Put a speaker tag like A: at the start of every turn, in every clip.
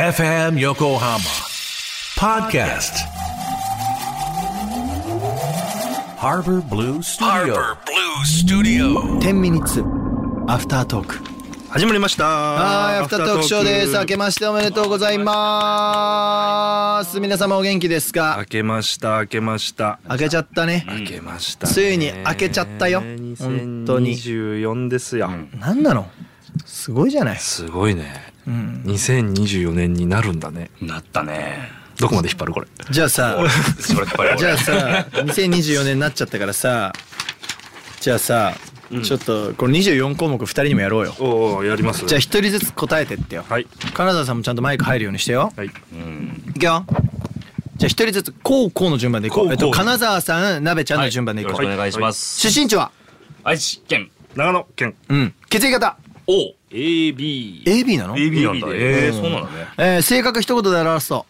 A: FM Yokohama Podcast Harbor Blue Studio
B: Harbor Blue Studio
C: 10ミニッツアフタートーク
B: 始まりました
C: はいアフタートークショーです明け
B: ま
C: ましておめでとうございます皆様お元気です
B: 明
C: か
B: けました明けました
C: 明けちゃったね
B: 明けましたね
C: ついに明けちゃったよ本当に
B: 2024ですよ
C: なんなのすごいじゃない
B: すごいね
C: うん
B: 2024年になるんだね
D: なったね。
B: どこまで引っ張るこれ
C: じゃあさ
D: それやっぱり
C: じゃあさ2024年になっちゃったからさじゃあさちょっとこの24項目2人にもやろうよ
B: おおやります
C: じゃあ1人ずつ答えてってよ
B: はい
C: 金沢さんもちゃんとマイク入るようにしてよ
B: はい
D: うん。
C: いくよじゃあ一人ずつこうこうの順番でいこ
B: こう
C: うえっと
B: こう
C: 金沢さん鍋ちゃんの順番でい
D: よ
C: こ
D: ろ
C: う、
D: しくお願いします。
C: 出身地は
D: 愛知県
B: 長野県
C: うん血液型
D: O A B
C: AB なの
B: AB なんだ
D: え
B: え
D: えそうなのね。
C: えー、性格一言で表すと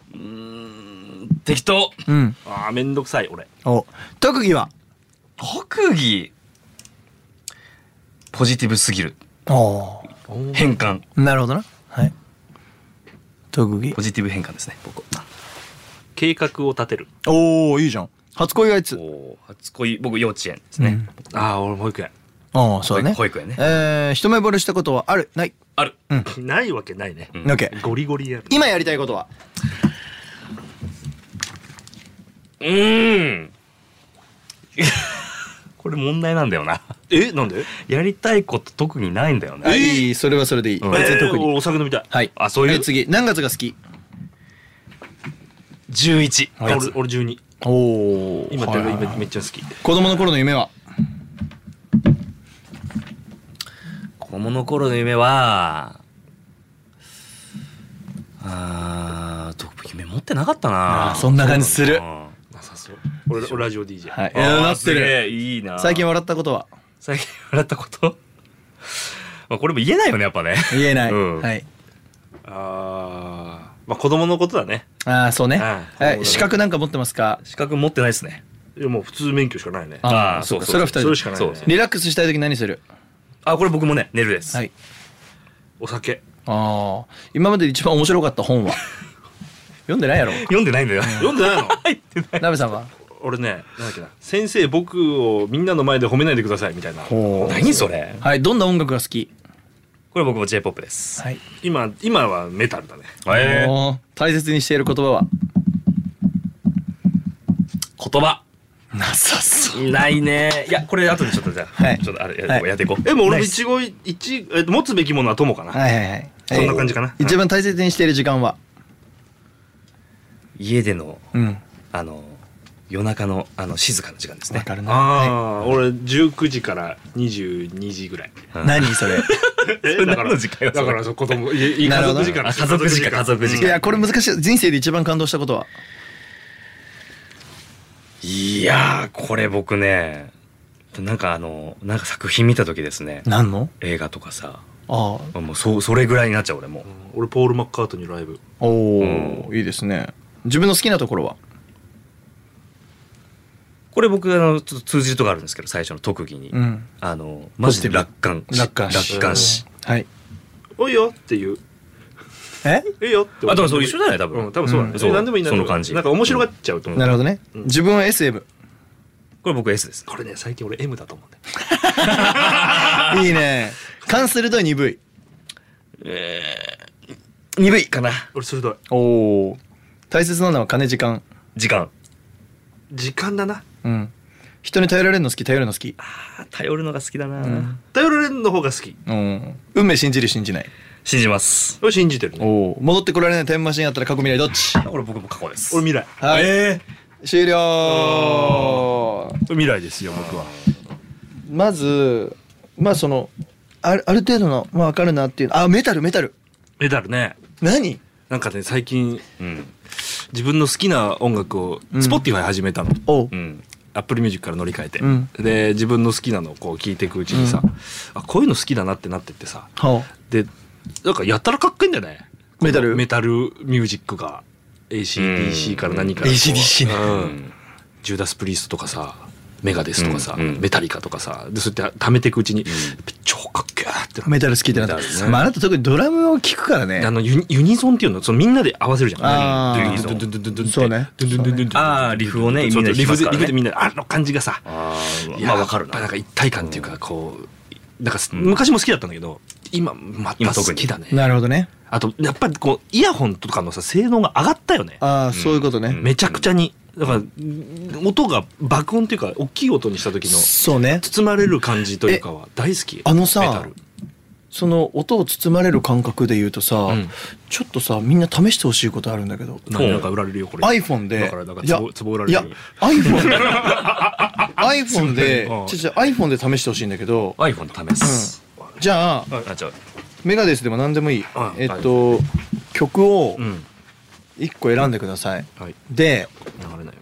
D: 適当。
C: うん
B: あーめんどくさい俺
C: お特技は
D: 特技ポジティブすぎる。
C: お
D: 変換。
C: なるほどなはい特技
D: ポジティブ変換ですね。僕。
B: 計画を立てる
C: おおいいじゃん初恋がいつ
D: お初恋僕幼稚園ですね。
B: あー俺保育園
C: ああそうだね
D: 保育園ね
C: えー、一目惚れしたことはあるない
D: ある。
B: ないわけないね
D: ん
C: OK
B: ゴリゴリやる
C: 今やりたいことは
D: うーん。これ問題なんだよな。
B: えなんで
D: やりたいこと特にないんだよね。
C: いいそれはそれでいい、
B: え
C: 別に
B: ー
C: 特に
B: 俺お酒飲みたい
C: はい
D: あそういう
C: えー次何月が好き
D: 十一。
B: 俺俺12
C: おお
B: 今って今めっちゃ好き
C: 子供の頃の夢は
D: 子供の頃の夢は、あー、と夢持ってなかったな
C: あーそんな感じする
D: うん
B: なさそう俺俺ラジオ DJ
C: はい
D: あー
C: なって
D: す
C: る
D: げえいいな。
C: 最近笑ったことは
D: 最近笑ったこと まあこれも言えないよね、やっぱね。
C: 言えない、
D: うん
C: はい
B: あーまあ子供のことだね
C: ああそうね、
B: ああ
C: はい、資格なんか持ってますか
D: 資格持ってないですね。
B: いやもう普通免許しかないね
C: あ
D: あ
C: そうか
D: そ
C: それ
D: うそう
C: は二人で
B: それしかないね
D: そうそう
C: リラックスしたい時何する
D: あ、これ僕もね、寝るです。
C: はい
B: お酒
C: ああ今までで一番面白かった本は 読んでないやろ
D: 読んでないんだよ。
B: 読んで ないの
C: なべさんは
B: 俺ねなんだっけな先生僕をみんなの前で褒めないでくださいみたいな
C: ほ
D: 何それ
C: はいどんな音楽が好き
D: これ僕も J-POP です。
C: はい、
B: 今今はメタルだね
D: えー
C: おー大切にしている言葉は
D: 言葉。
C: なさそ
D: ないね。いや、これ後でちょっとじゃあ、
C: はい
D: ちょっとあれ、
C: はい
D: やっていこう。
B: えもう俺
C: ナ
B: も
C: イス
B: 一期一え持つべきものは友かな
C: はいはいはい
B: そんな感じかな
C: えー一番大切にしている時間は
D: 家での
C: うん
D: あの夜中のあの静かな時間です
C: わ
D: ね。
C: かるなは
B: ああー俺19時から22時ぐらい
C: い何 それ
B: えだから
D: 何の時間よそ
B: だ
D: れ
B: からそう子供いい
C: な
B: 家
C: るほど
B: 族時間
D: あ家族時間家族時
C: い
D: 間。
C: やこれ難しい人生で一番感動したことはい
D: やーこれ僕ねなんかあのなんか作品見た時ですね
C: 何の
D: 映画とかさ
C: ああ
D: もうそうそれぐらいになっちゃう俺も
B: うん俺ポール・マッカートニーライブ
C: おお、いいですね自分の好きなところは
D: これ僕あのちょっと通じるとこあるんですけど最初の特技に、
C: ん
D: あのマジで楽観
C: 楽観視
D: 楽観視
C: はい
B: おいよっていう
C: え
B: いいよって
D: あでもそう一緒だよね多分
B: うん多分そうだね、
D: うん
B: それ何でもいいんだけど
D: そうその感じ
B: なんか面白がっちゃうと思う、
C: なるほどね、
B: うん
C: 自分は SM
D: これ僕 S です
B: これね最近俺 M だと思うんだよ
C: いいね感鋭い鈍い
D: 鈍いかな
B: 俺鋭い
C: おお大切なのは金時間
D: 時間
B: 時間だな
C: うん人に頼られるの好き頼るの好き
D: あー頼るのが好きだな、
B: 頼られるの方が好き
C: うん運命信じる信じない
D: 信じます
B: 俺信じてるね
C: おお戻ってこられないタイムマシンあったら過去未来どっち
D: これ僕も過去です
B: 俺未来
C: はい、
D: え
C: 終了
B: 俺未来ですよ僕は
C: まずまあそのあるある程度の、まあ、分かるなっていうあメタルメタル
B: メタルね
C: 何
B: なんかね最近
D: ーうん
B: 自分の好きな音楽を
C: うん
B: Spotify 始めたの、
C: おう
D: うん
B: アップルミュージックから乗り換えて、
C: うん
B: で自分の好きなのをこう聞いていくうちにさ、
C: う
B: あこういうの好きだなってなってってさ
C: は
B: でなんかやたらかっこいいんだよね
C: メタル
B: メタルミュージックが ACDC から何からこう
C: ACDC ね
B: うんジューダス・プリーストとかさメガデスとかさ、
D: うんうん
B: メタリカとかさでそうやって貯めていくうちに、超かっけーってな
C: メタル好きってなった
D: メタルね
C: まあ、あなた特にドラムを聞くからね
B: あのユニユニゾンっていうのそのみんなで合わせるじゃん
C: あー
B: ユニゾンドゥンドゥンドゥンドゥン
C: そうね
B: ドゥンドゥンドゥンドゥンドゥン
D: ああ、リフをね、
B: そ
D: み
B: うんそ
D: な
B: うリ
D: で弾きま
B: フ
D: す
B: で
D: か
B: リ
D: ら
B: フで
D: ね。
B: みんなであの感じがさ
D: あ
B: い
D: ー
B: や
D: まあ、わかる
B: やっぱ
D: な。
B: なんか一体感っていうかこうなんかす
D: ん
B: 昔も好きだったんだけど今また
D: 今特
B: 好
D: に
B: きだね
C: なるほどね
B: あとやっぱりこうイヤホンとかのさ性能が上がったよね
C: ああ、そういうことね、
D: ん
B: めちゃくちゃにだから音が爆音っていうか大きい音にした時の
C: そうね
B: 包まれる感じというかは大好き
C: あの
B: メタ
C: さ
B: ル
C: その音を包まれる感覚で言うとさ、
B: ん
C: ちょっとさみんな試してほしいことあるんだけど
B: なんかなんか売られるよこれ
C: iPhone で
B: だからだか
C: いや
B: らつぼつぼ売ら
C: い
B: れ
C: や
B: るよ
C: iPhone で iPhone で
B: うん
C: ちょちょ iPhone で試してほしいんだけど
D: iPhone 試す。
C: じゃあ
D: あ、じゃ
C: メガデスでも何でもいい
B: うん
C: えっと曲を
B: うん
C: 1個選んでください
B: はい
C: で
B: 流れないよな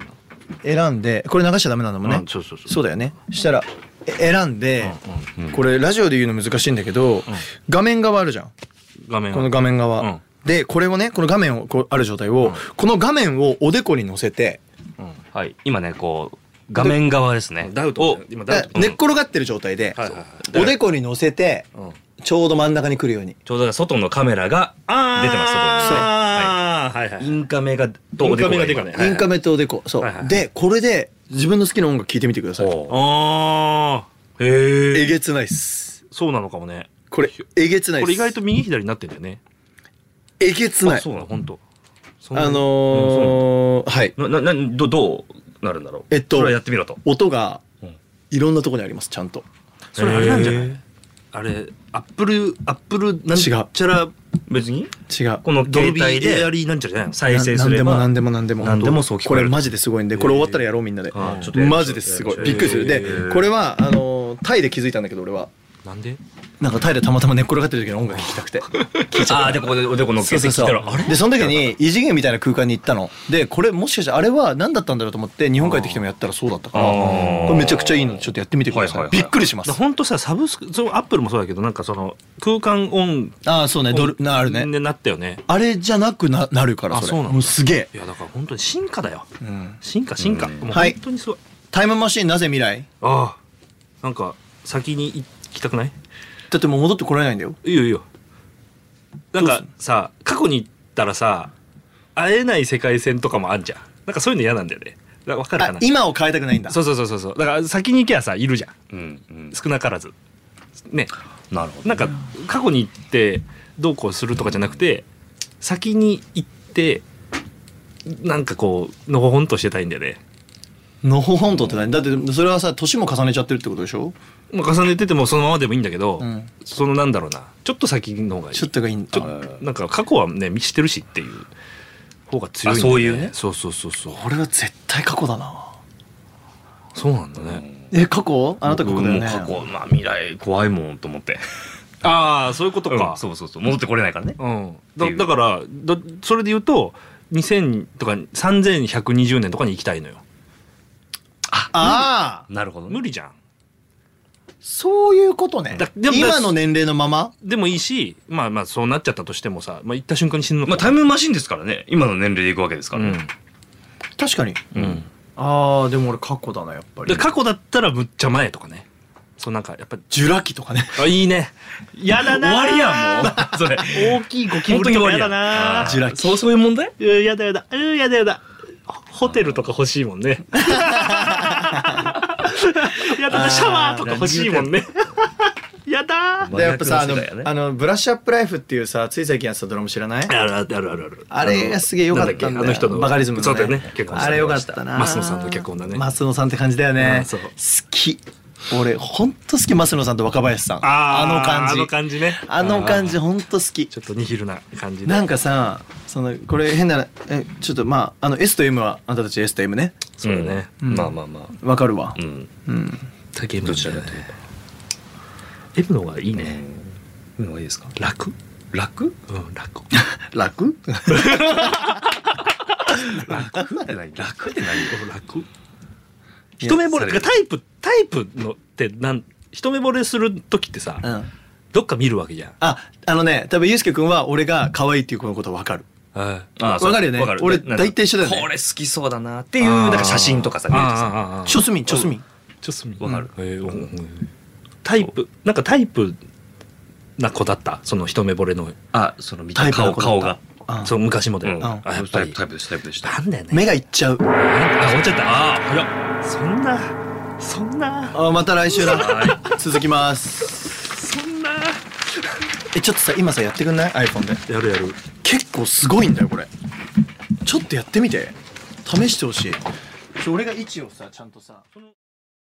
C: 選んでこれ流しちゃダメなのもね
B: うんそうそうそう
C: そうだよねしたらえ選んで
D: うんうん
C: これラジオで言うの難しいんだけど画面側あるじゃん
B: 画面
C: この画面側、
B: うん
C: でこれをねこの画面をこうある状態を、この画面をおでこに乗せて
D: あ、はい。今ね、こう、画面側ですね。
B: ダウト
D: を
B: 今
C: だ
B: ダウ
C: か
B: ト
C: ら寝っ転がってる状態で、
B: はいはいはい
C: そうおでこに乗せて、
B: うん
C: ちょうど真ん中に来るように
D: ちょうど外のカメラが出てます、そこに
B: あーはいはい
D: はい。インカメが、とおで
B: インカ
D: こ
B: メがで
D: が出
B: か
D: か
B: ね
D: ね。
B: はいはい
C: インカメとおでこそう、
B: はいはい
C: でこれで自分の好きな音楽聴いてみてください
D: おう
B: ああへ
C: え
B: え
C: げつないっす
B: そうなのかもね
C: これえげつないっす
B: これ意外と右左になってんだよね
C: えげつな
B: あ
C: い
B: そうなの本当そんな
C: あのーはい
D: な、な、など、どうなるんだろう
C: えっと
D: それはやってみろと。
C: 音が
D: うん
C: いろんなとこにありますちゃんと
B: それあれなんじゃな
D: へ
B: いあれアップルアップルなん
C: 違
B: ち
C: う
B: ゃら
D: 別に
C: 違う
D: この
B: ド
D: 携
B: ルビ
D: 帯
B: ーエア
D: で
B: リーなんちゃらじゃないの
D: 再生すれば。
C: 何でも何でも何でも
D: 何でもそう聞
C: こ
D: こえ
C: れ
D: る
C: マジですごいんでこれ終わったらやろうみんなで、
D: あちょっとやりましょう
C: マジですごい
D: やり
C: びっ
D: ましょ
C: く
D: う
C: りする
B: え
C: で
B: ー
C: これはあのータイで気づいたんだけど俺は
B: なんで
C: なんかタイでたまたま寝っ転がってる時の音楽聴きたく て
D: ああ、で、ここでおでこの
C: そう
D: 携
C: そう
D: 帯
C: そ
D: 来たら、あ
C: う
D: れ
C: でその時に異次元みたいな空間に行ったのでこれもしかしてあれは何だったんだろうと思って日本帰ってきてもやったらそうだったから
D: あー
C: これめちゃくちゃいいのでちょっとやってみてください,、
D: はいはいはい
C: びっくりします
B: ほんとさサブスクそのアップルもそうだけどなんかその空間音
C: ああそうねドルなあるね
B: でなったよね
C: あれじゃなくななるから
B: あ
C: それ
B: そうなんだ
C: もすげ
B: いやだから本当に進化だよ
C: え、うん
B: 進化進化もう
C: はい
B: 本当にすごい
C: タイムマシーンなぜ未来
B: ああなんか先に行きたくない
C: だってもう戻ってこられないんだよ
B: いいよいいよなんかさ過去に行ったらさ会えない世界線とかもあんじゃんなんかそういうの嫌なんだよねだから分かるか
C: あ
B: な
C: 今を変えたくないんだ
B: そうそうそうそうそうだから先に行けばさいるじゃん
D: うん、うん。
B: 少なからずね
D: なるほど。
B: なんか過去に行ってどうこうするとかじゃなくて先に行ってなんかこうのほほんとしてたいんだよね
C: のほほんとって何だってそれはさ年も重ねちゃってるってことでしょ
B: まあ重ねててもそのままでもいいんだけど、
C: うん
B: そのなんだろうなちょっと先の方がいい
C: ちょっとがいいん
B: ち
C: だ
B: ょなんか過去はね見してるしっていう方が強いんだ
D: あそういうね
B: そうそうそうそう
C: 俺は絶対過去だな
B: そうなんだね、
C: え過去あなた過去だよね
D: 僕も過去、まあ未来怖いもんと思って。
B: ああそういうことか、
D: うんそうそうそう。戻ってこれないからね。
B: うん、
D: っ
B: だ
D: ていう
B: だからだそれで言うと2000とか3120年とかに行きたいのよ
C: ああ
D: なるほどね
B: 無。理じゃん
C: そういうことね
B: だでも
C: 今の年齢のまま
B: でもいいしまあまあそうなっちゃったとしてもさ、まあ、行った瞬間に死ぬの
D: まあ
B: か
D: タイムマシンですからね。今の年齢でいくわけですからね。
C: 確かに
B: うん、うん
C: ああでも俺過去だなやっぱ
B: で過去だったらむっちゃ前とかねそうなんかやっぱ
C: ジュラ紀とかね
B: あいいねやだ
D: 終
B: な
D: わりやん、も う。それ。
B: 大きいゴキブリとかやだな
D: 本
C: ジュラ紀
D: そう、そういう問題
B: うーやだやだうーやだやだホテルとか欲 しいもんねやだなシャワーとか欲しいもんねやだー
C: でやっぱさあの
D: 真逆世代やね
C: あの「ブラッシュアップライフ」っていうさつい最近やってたドラマ知らない
B: あるあるあるあるある
C: あれがすげえ良かったんだよ
B: なんだっけあの人の
C: バカリズムの、ね、
B: そうだよね結婚した
C: あれ良かったな
B: 松野さんの結婚だね
C: 松野さんって感じだよ
B: う
C: ね
B: んそう
C: 好き俺ほんと好き松野さんと若林さん
B: ー
C: の感じ
B: あの感じね
C: あの感じ
B: あー
C: ほんと好き
B: ちょっとニヒルな感じで
C: なんかさそのこれ変なえちょっとまああの S と M はあなたたち S と M ね
B: そうだね、
C: ん
D: まあまあま
C: わかるわ
D: あ。うん。
C: うん
B: 竹
D: どちらかというと。
B: エブの方がいいね、
D: うん。いいですか
B: 楽
D: 楽
B: うん楽
C: 楽
D: 楽って何楽って
B: 楽一目惚れだか
D: いや
B: らタイプタイプのってなん一目惚れする時ってさ、
C: うん
B: どっか見るわけじゃん
C: ああのね多分ユうスケ君は俺が可愛いっていう子のことわかる
B: ああ
D: 何
C: わかるよね俺大体一緒だよね
D: これ好きそうだなっていう、なんか写真とかさ、見るとさ。
C: チョスミンチョスミン
B: ジャスミン
D: わかる
B: えータイプなんかタイプな子だったその一目惚れの
D: あ、その見た顔、顔が。
C: あ
B: そう昔も
D: う
B: だよ、
D: ん。
B: あ
D: あ
B: やっぱ
D: タイ
B: り
D: プ、タイプでした、タイプでした。
B: なんだよね
C: 目がいっちゃう
B: あ終わっちゃった
D: ああ、早っ。
B: そんなそんな
C: あまた来週だ続きます
B: そんな
C: えちょっとさ今さやってくんない iPhone で
B: やるやる
C: 結構すごいんだよこれちょっとやってみて試してほしいちょ俺が位置をさちゃんとさ